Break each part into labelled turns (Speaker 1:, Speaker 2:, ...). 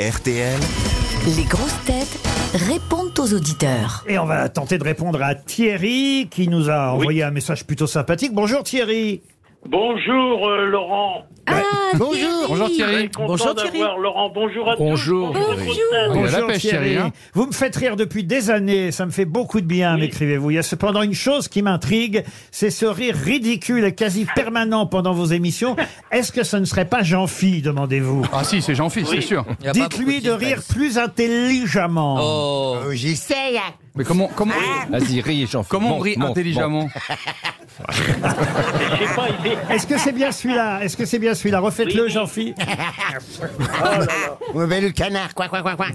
Speaker 1: RTL.
Speaker 2: Les grosses têtes répondent aux auditeurs.
Speaker 3: Et on va tenter de répondre à Thierry qui nous a envoyé un message plutôt sympathique. Bonjour Thierry.
Speaker 4: Bonjour euh, Laurent.
Speaker 2: Ah,
Speaker 5: Bonjour. Bonjour
Speaker 4: Très
Speaker 5: Thierry.
Speaker 4: content
Speaker 6: Bonjour, Thierry.
Speaker 4: d'avoir Laurent. Bonjour à
Speaker 5: Bonjour.
Speaker 4: tous.
Speaker 5: Bonjour.
Speaker 4: Christelle.
Speaker 5: Il y a la pêche, Thierry, hein.
Speaker 3: Vous me faites rire depuis des années, ça me fait beaucoup de bien, m'écrivez-vous. Il y a cependant une chose qui m'intrigue, c'est ce rire ridicule et quasi permanent pendant vos émissions. Est-ce que ce ne serait pas Jean-Phi, demandez-vous
Speaker 5: Ah si, c'est Jean-Philippe,
Speaker 4: Oui.
Speaker 5: c'est sûr.
Speaker 6: Il y a pas beaucoup
Speaker 3: Dites-lui de
Speaker 6: suspense.
Speaker 3: rire plus intelligemment.
Speaker 6: Oh.
Speaker 1: Euh, J'essaye.
Speaker 5: Mais comment, comment,
Speaker 7: Vas-y, ris, Jean-Philippe.
Speaker 5: comment on
Speaker 7: Monte,
Speaker 5: rit
Speaker 7: monte, monte.
Speaker 5: intelligemment
Speaker 4: Je sais pas, il est-
Speaker 3: Est-ce que c'est bien celui-là Est-ce que c'est bien celui-là Refaites-le,
Speaker 4: Oui.
Speaker 3: Jean-Phi.
Speaker 1: Mauvais le canard, quoi, quoi, quoi, quoi.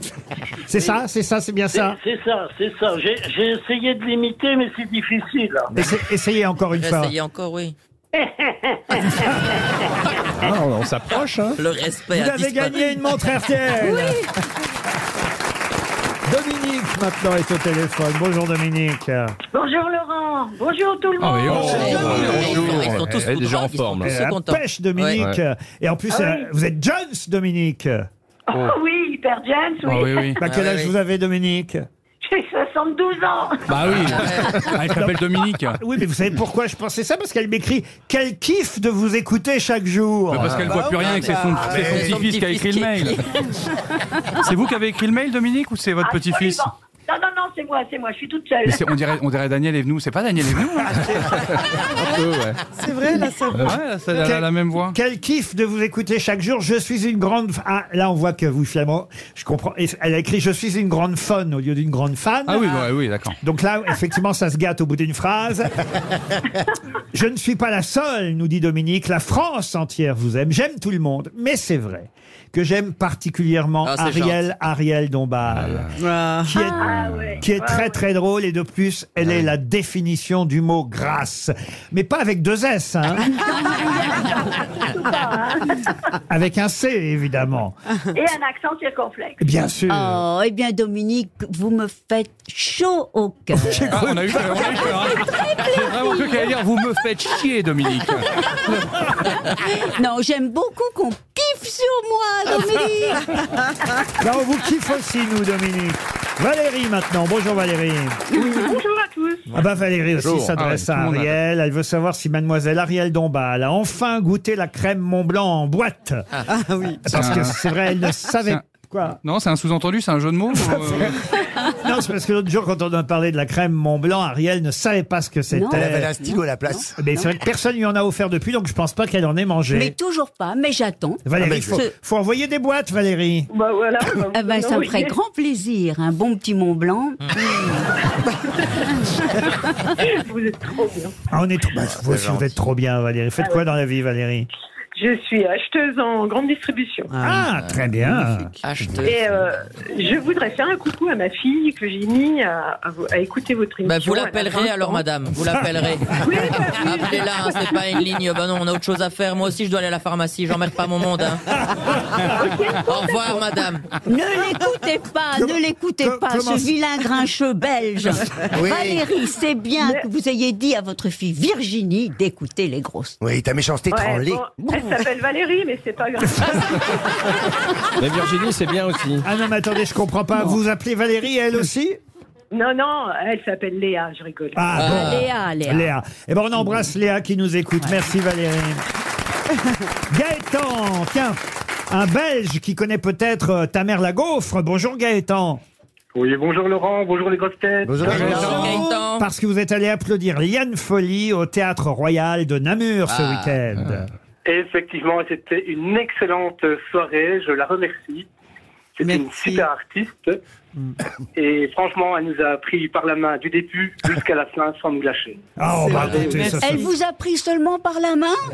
Speaker 3: C'est ça, c'est ça, c'est bien ça.
Speaker 4: c'est ça, c'est ça. J'ai j'ai essayé de l'imiter, mais c'est difficile.
Speaker 3: Essayez, essayez encore une fois.
Speaker 6: Essayez encore, oui.
Speaker 7: Ah, on on s'approche, hein
Speaker 6: Le respect
Speaker 3: Vous
Speaker 6: a
Speaker 3: avez
Speaker 6: disparu.
Speaker 3: gagné une montre RTL. Dominique maintenant est au téléphone. Bonjour Dominique.
Speaker 8: Bonjour Laurent, bonjour tout le
Speaker 5: Ah oui,
Speaker 8: monde.
Speaker 5: oh,
Speaker 6: Ils sont-
Speaker 5: bonjour.
Speaker 6: Ils sont tous
Speaker 7: Elle est déjà en
Speaker 6: contents, ils sont
Speaker 7: forme,
Speaker 6: tous
Speaker 3: Elle a
Speaker 6: contents.
Speaker 3: Euh, pêche Dominique.
Speaker 7: Ouais.
Speaker 3: Et en plus,
Speaker 8: Ah
Speaker 3: elle-
Speaker 8: oui.
Speaker 3: vous êtes Jones Dominique.
Speaker 8: Oh, oui, hyper James, oui.
Speaker 5: Ah oui, oui.
Speaker 3: Bah, quel
Speaker 6: Ah
Speaker 3: âge
Speaker 6: oui.
Speaker 3: vous avez Dominique
Speaker 8: J'ai 72 ans.
Speaker 5: Bah oui. Ah, Elle s'appelle Dominique. Bah,
Speaker 3: Oui, mais vous savez pourquoi je pensais ça Parce qu'elle m'écrit quel kiff de vous écouter chaque jour.
Speaker 5: Parce qu'elle voit plus rien et que c'est son, c'est son
Speaker 6: mais-
Speaker 5: petit-fils qui a écrit le mail. C'est vous qui avez écrit le mail, Dominique, ou c'est votre petit-fils
Speaker 8: Absolument. Non, non, non, c'est moi, c'est moi, je suis toute seule.
Speaker 5: Mais c'est- on dirait, on dirait Daniel Evenou. C'est pas Daniel Evenou hein Un peu, ouais.
Speaker 6: Ah, C'est vrai, là, ça
Speaker 5: Ouais, là, ça- elle a la même voix.
Speaker 3: Quel kiff de vous écouter chaque jour. Je suis une grande. fa- Ah, là, on voit que vous, finalement, je comprends. Et Elle a écrit Je suis une grande fan au lieu d'une grande fan.
Speaker 5: Ah oui, ouais, oui, d'accord.
Speaker 3: Donc là, effectivement, ça se gâte au bout d'une phrase. Je ne suis pas la seule, nous dit Dominique. La France entière vous aime. J'aime tout le monde. Mais c'est vrai que j'aime particulièrement
Speaker 6: Ah, c'est Ah.
Speaker 3: Ariel, Ariel Dombal, qui est, qui est très très drôle et de plus, elle est la définition du mot grâce. Mais pas avec deux S, hein. avec un C, évidemment.
Speaker 8: Et un accent circonflexe.
Speaker 3: Bien sûr.
Speaker 6: Ah,
Speaker 9: Oh, eh bien, Dominique, vous me faites chaud au cœur.
Speaker 5: Ah, on a eu peur, on a eu peur. hein. J'ai vraiment cru qu'elle allait dire Vous me faites chier, Dominique.
Speaker 9: non, j'aime beaucoup qu'on kiffe sur moi, Dominique.
Speaker 3: Là, on vous kiffe aussi, nous, Dominique. Valérie, maintenant. Bonjour, Valérie.
Speaker 8: bonjour à tous.
Speaker 3: Ah bah Valérie aussi
Speaker 5: Bonjour.
Speaker 3: s'adresse
Speaker 5: Ah ouais,
Speaker 3: à
Speaker 5: tout le monde
Speaker 3: Ariel. Elle veut savoir si mademoiselle Ariel Dombal a enfin goûté la crème Mont Blanc en boîte.
Speaker 6: Ah oui.
Speaker 3: Parce que
Speaker 5: un-
Speaker 3: c'est vrai, elle ne savait
Speaker 5: un-
Speaker 3: quoi.
Speaker 5: Non, c'est un sous-entendu, c'est un jeu de mots ou, euh,
Speaker 3: Non, c'est parce que l'autre jour, quand on a parlé de la crème Mont Blanc, Ariel ne savait pas ce que
Speaker 1: Elle avait
Speaker 3: c'était.
Speaker 1: un stylo à la place.
Speaker 3: Mais c'est vrai que personne lui en a offert depuis, donc je pense pas qu'elle en ait
Speaker 9: Mais
Speaker 3: mangé.
Speaker 9: toujours pas, mais j'attends.
Speaker 3: Valérie,
Speaker 1: Ah, mais
Speaker 3: faut,
Speaker 9: je-
Speaker 3: faut envoyer des boîtes, Valérie.
Speaker 8: Bah voilà. bah,
Speaker 9: Ah ben,
Speaker 8: non,
Speaker 9: ça me
Speaker 8: oui.
Speaker 9: ferait grand plaisir, un bon petit Mont Blanc.
Speaker 8: Vous êtes trop bien.
Speaker 3: Ah, on est trop... bah, vous aussi, vous êtes trop bien, Valérie. Faites quoi dans la vie, Valérie
Speaker 8: Je suis acheteuse en grande distribution.
Speaker 3: Ah, très bien.
Speaker 6: Achetez.
Speaker 8: Et euh, je voudrais faire un coucou à ma fille que j'ai mis à, à vous- à écouter votre émission.
Speaker 6: Bah, vous
Speaker 8: Elle a
Speaker 6: l'appellerez
Speaker 8: 20
Speaker 6: alors,
Speaker 8: ans.
Speaker 6: madame. Vous l'appellerez.
Speaker 8: Oui, bah oui.
Speaker 6: Appelez-la, hein, c'est pas une ligne. Bah non, on a autre chose à faire. Moi aussi, je dois aller à la pharmacie. J'emmerde pas mon monde. hein. Au revoir, madame.
Speaker 9: Ne l'écoutez pas, ne l'écoutez
Speaker 3: com-
Speaker 9: pas,
Speaker 3: comment-
Speaker 9: ce vilain grincheux belge.
Speaker 1: Oui.
Speaker 9: Valérie, c'est bien que vous ayez dit à votre fille Virginie d'écouter les grosses.
Speaker 1: Oui, ta méchanceté
Speaker 8: Ouais,
Speaker 1: tremblée.
Speaker 8: bon, elle s'appelle Valérie, mais c'est pas grave.
Speaker 7: Mais Virginie, c'est bien aussi.
Speaker 3: Ah non, mais attendez, je comprends pas. Vous vous appelez Valérie, elle aussi
Speaker 8: Non, non, elle s'appelle Léa, je rigole.
Speaker 3: Ah, bon.
Speaker 9: Léa, Euh, Léa.
Speaker 3: Léa. Eh ben, on embrasse Léa qui nous écoute. Merci Valérie. Gaëtan, tiens, un Belge qui connaît peut-être euh, ta mère la gaufre. Bonjour Gaëtan.
Speaker 4: Oui, bonjour Laurent, bonjour les grosses têtes.
Speaker 1: Bonjour,
Speaker 3: euh,
Speaker 6: Bonjour, Gaëtan.
Speaker 3: Parce que vous êtes allé applaudir Liane Folly au Théâtre Royal de Namur ce
Speaker 6: Ah.
Speaker 3: week-end.
Speaker 4: Effectivement, c'était une excellente soirée, je la remercie. C'est une
Speaker 6: Merci.
Speaker 4: super artiste. Et franchement, elle nous a pris par la main du début jusqu'à la fin sans nous lâcher.
Speaker 3: Ah, on va
Speaker 6: vrai.
Speaker 3: raconter ça,
Speaker 9: Elle
Speaker 3: ça.
Speaker 9: vous a pris seulement par la main
Speaker 5: Oh,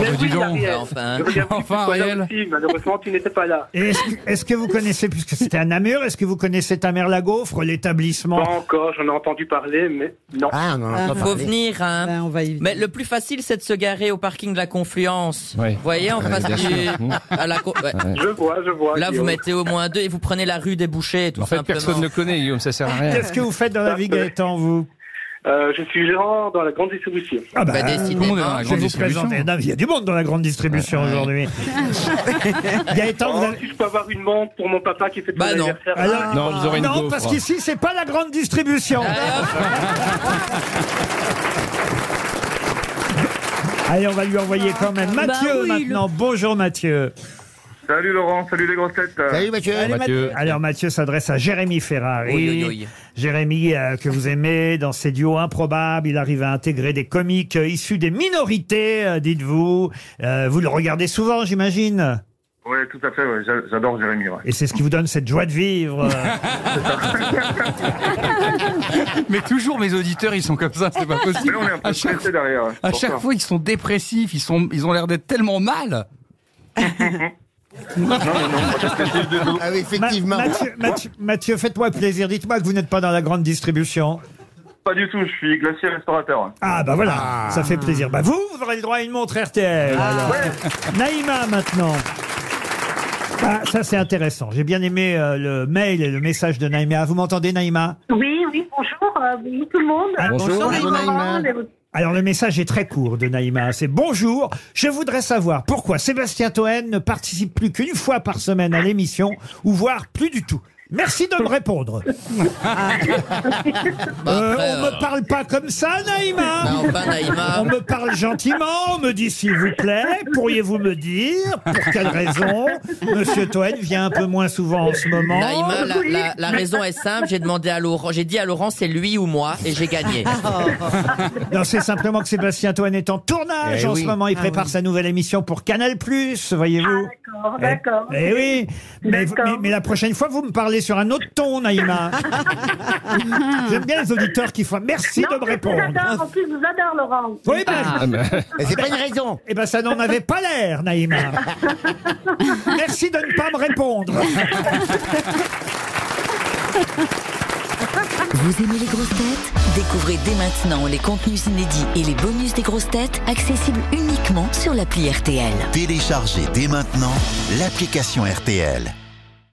Speaker 5: bah, dis donc.
Speaker 6: Bah, enfin.
Speaker 4: Je regarde plus
Speaker 5: Enfin,
Speaker 4: que toi là
Speaker 5: Ariel.
Speaker 4: aussi, malheureusement, tu n'étais pas là.
Speaker 3: Et Est-ce que, est-ce que vous connaissez, puisque c'était à Namur, est-ce que vous connaissez ta mère la gaufre,
Speaker 4: Pas
Speaker 3: l'établissement
Speaker 4: encore, j'en ai entendu parler, mais non.
Speaker 1: Ah, non, on
Speaker 6: Faut venir, hein.
Speaker 10: Ben, on va y-
Speaker 6: Mais le plus facile, c'est de se garer au parking de la Confluence.
Speaker 7: Oui.
Speaker 6: Vous voyez, on passe
Speaker 7: bien
Speaker 6: du- à la co- ouais.
Speaker 4: Je vois, je vois.
Speaker 6: Là, vous
Speaker 4: Guillaume.
Speaker 6: mettez au moins deux et vous prenez la rue des bouchées, tout
Speaker 7: En fait,
Speaker 6: simplement.
Speaker 7: personne ne connaît, Guillaume, ça sert à rien.
Speaker 3: Qu'est-ce que vous faites dans la vie, Gaëtan, vous
Speaker 4: Euh, je suis gérant dans la grande distribution.
Speaker 3: Ah
Speaker 5: Tout
Speaker 6: Bah,
Speaker 5: le monde est dans
Speaker 6: décidément.
Speaker 5: la
Speaker 3: je vais
Speaker 5: grande
Speaker 3: vous
Speaker 5: distribution.
Speaker 3: présenter. Non, mais il y a du monde dans la grande distribution aujourd'hui. Gaëtan,
Speaker 4: Oh,
Speaker 3: vous avez-
Speaker 4: si je peux avoir une montre pour mon papa qui fait
Speaker 6: Bah
Speaker 4: son
Speaker 6: non.
Speaker 4: anniversaire.
Speaker 3: Alors-
Speaker 7: Non, ils auraient une
Speaker 3: non
Speaker 7: gaufre.
Speaker 3: parce qu'ici, c'est pas la grande distribution.
Speaker 6: Allez, hop.
Speaker 3: Allez, on va lui envoyer quand même. Mathieu,
Speaker 9: oui,
Speaker 3: maintenant. Bonjour, Mathieu.
Speaker 4: Salut Laurent, salut les grosses têtes.
Speaker 1: Salut Mathieu.
Speaker 7: Allez, Mathieu.
Speaker 3: Alors Mathieu s'adresse à Jérémy Ferrari.
Speaker 6: Oui, oui, oui.
Speaker 3: Jérémy euh, que vous aimez dans ses duos improbables, il arrive à intégrer des comiques euh, issus des minorités, euh, dites-vous. Euh, vous le regardez souvent, j'imagine.
Speaker 4: Oui, tout à fait, j'adore Jérémy.
Speaker 3: Et c'est ce qui vous donne cette joie de vivre. euh.
Speaker 5: Mais toujours mes auditeurs, ils sont comme ça, c'est pas possible. à chaque,
Speaker 4: derrière. hein.
Speaker 5: à chaque fois, ils sont dépressifs, ils, sont, ils ont l'air d'être tellement mal.
Speaker 1: Ah oui,
Speaker 3: Ma-
Speaker 1: effectivement.
Speaker 3: Mathieu, Mathieu- Mathieu, faites-moi plaisir. Dites-moi que vous n'êtes pas dans la grande distribution.
Speaker 4: Pas du tout, je suis glacier restaurateur.
Speaker 3: Ah bah voilà, ça fait plaisir. Bah vous, vous aurez le droit à une montre RTL. alors. Naïma maintenant. Ah, ça c'est intéressant. J'ai bien aimé euh, le mail et le message de Naïma. Vous m'entendez Naïma
Speaker 8: Oui, oui, bonjour, euh, bonjour tout le monde.
Speaker 3: Ah,
Speaker 7: Bonjour.
Speaker 1: Bonjour, Naïma.
Speaker 3: Alors le message est très court de Naïma. C'est bonjour. Je voudrais savoir pourquoi Sébastien Toen ne participe plus qu'une fois par semaine à l'émission ou voire plus du tout. Merci de me répondre.
Speaker 6: Bah,
Speaker 3: Euh,
Speaker 6: après,
Speaker 3: on me
Speaker 6: euh,
Speaker 3: parle pas comme ça, Naïma.
Speaker 6: bah, enfin, Naïma.
Speaker 3: On me parle gentiment, on me dit s'il vous plaît, pourriez-vous me dire pour quelle raison Monsieur Toen vient un peu moins souvent en ce moment.
Speaker 6: Naïma, la, la- la raison est simple. J'ai demandé à Laurent, j'ai dit à Laurent, c'est lui ou moi, et j'ai gagné.
Speaker 3: Non, c'est simplement que Sébastien Toen est en tournage
Speaker 7: Eh
Speaker 3: en
Speaker 7: oui.
Speaker 3: ce moment. Il prépare sa nouvelle émission pour Canal+, voyez-vous.
Speaker 8: D'accord,
Speaker 3: Eh-
Speaker 8: Ah, d'accord.
Speaker 3: Eh, oui. Mais,
Speaker 8: D'accord.
Speaker 3: mais- mais la prochaine fois, vous me parlez sur un autre ton, Naïma. J'aime bien les auditeurs qui font merci de me
Speaker 8: mais je vous
Speaker 3: répondre.
Speaker 8: adore, en plus, je vous adore, Laurent.
Speaker 3: Oui, ben,
Speaker 7: Ah, bah,
Speaker 1: Mais C'est pas une raison.
Speaker 3: eh ben, ça n'en avait pas l'air, Naïma. Merci de ne pas me répondre.
Speaker 2: Vous aimez les grosses têtes Découvrez dès maintenant les contenus inédits et les bonus des grosses têtes accessibles uniquement sur l'appli RTL.
Speaker 10: Téléchargez dès maintenant l'application RTL.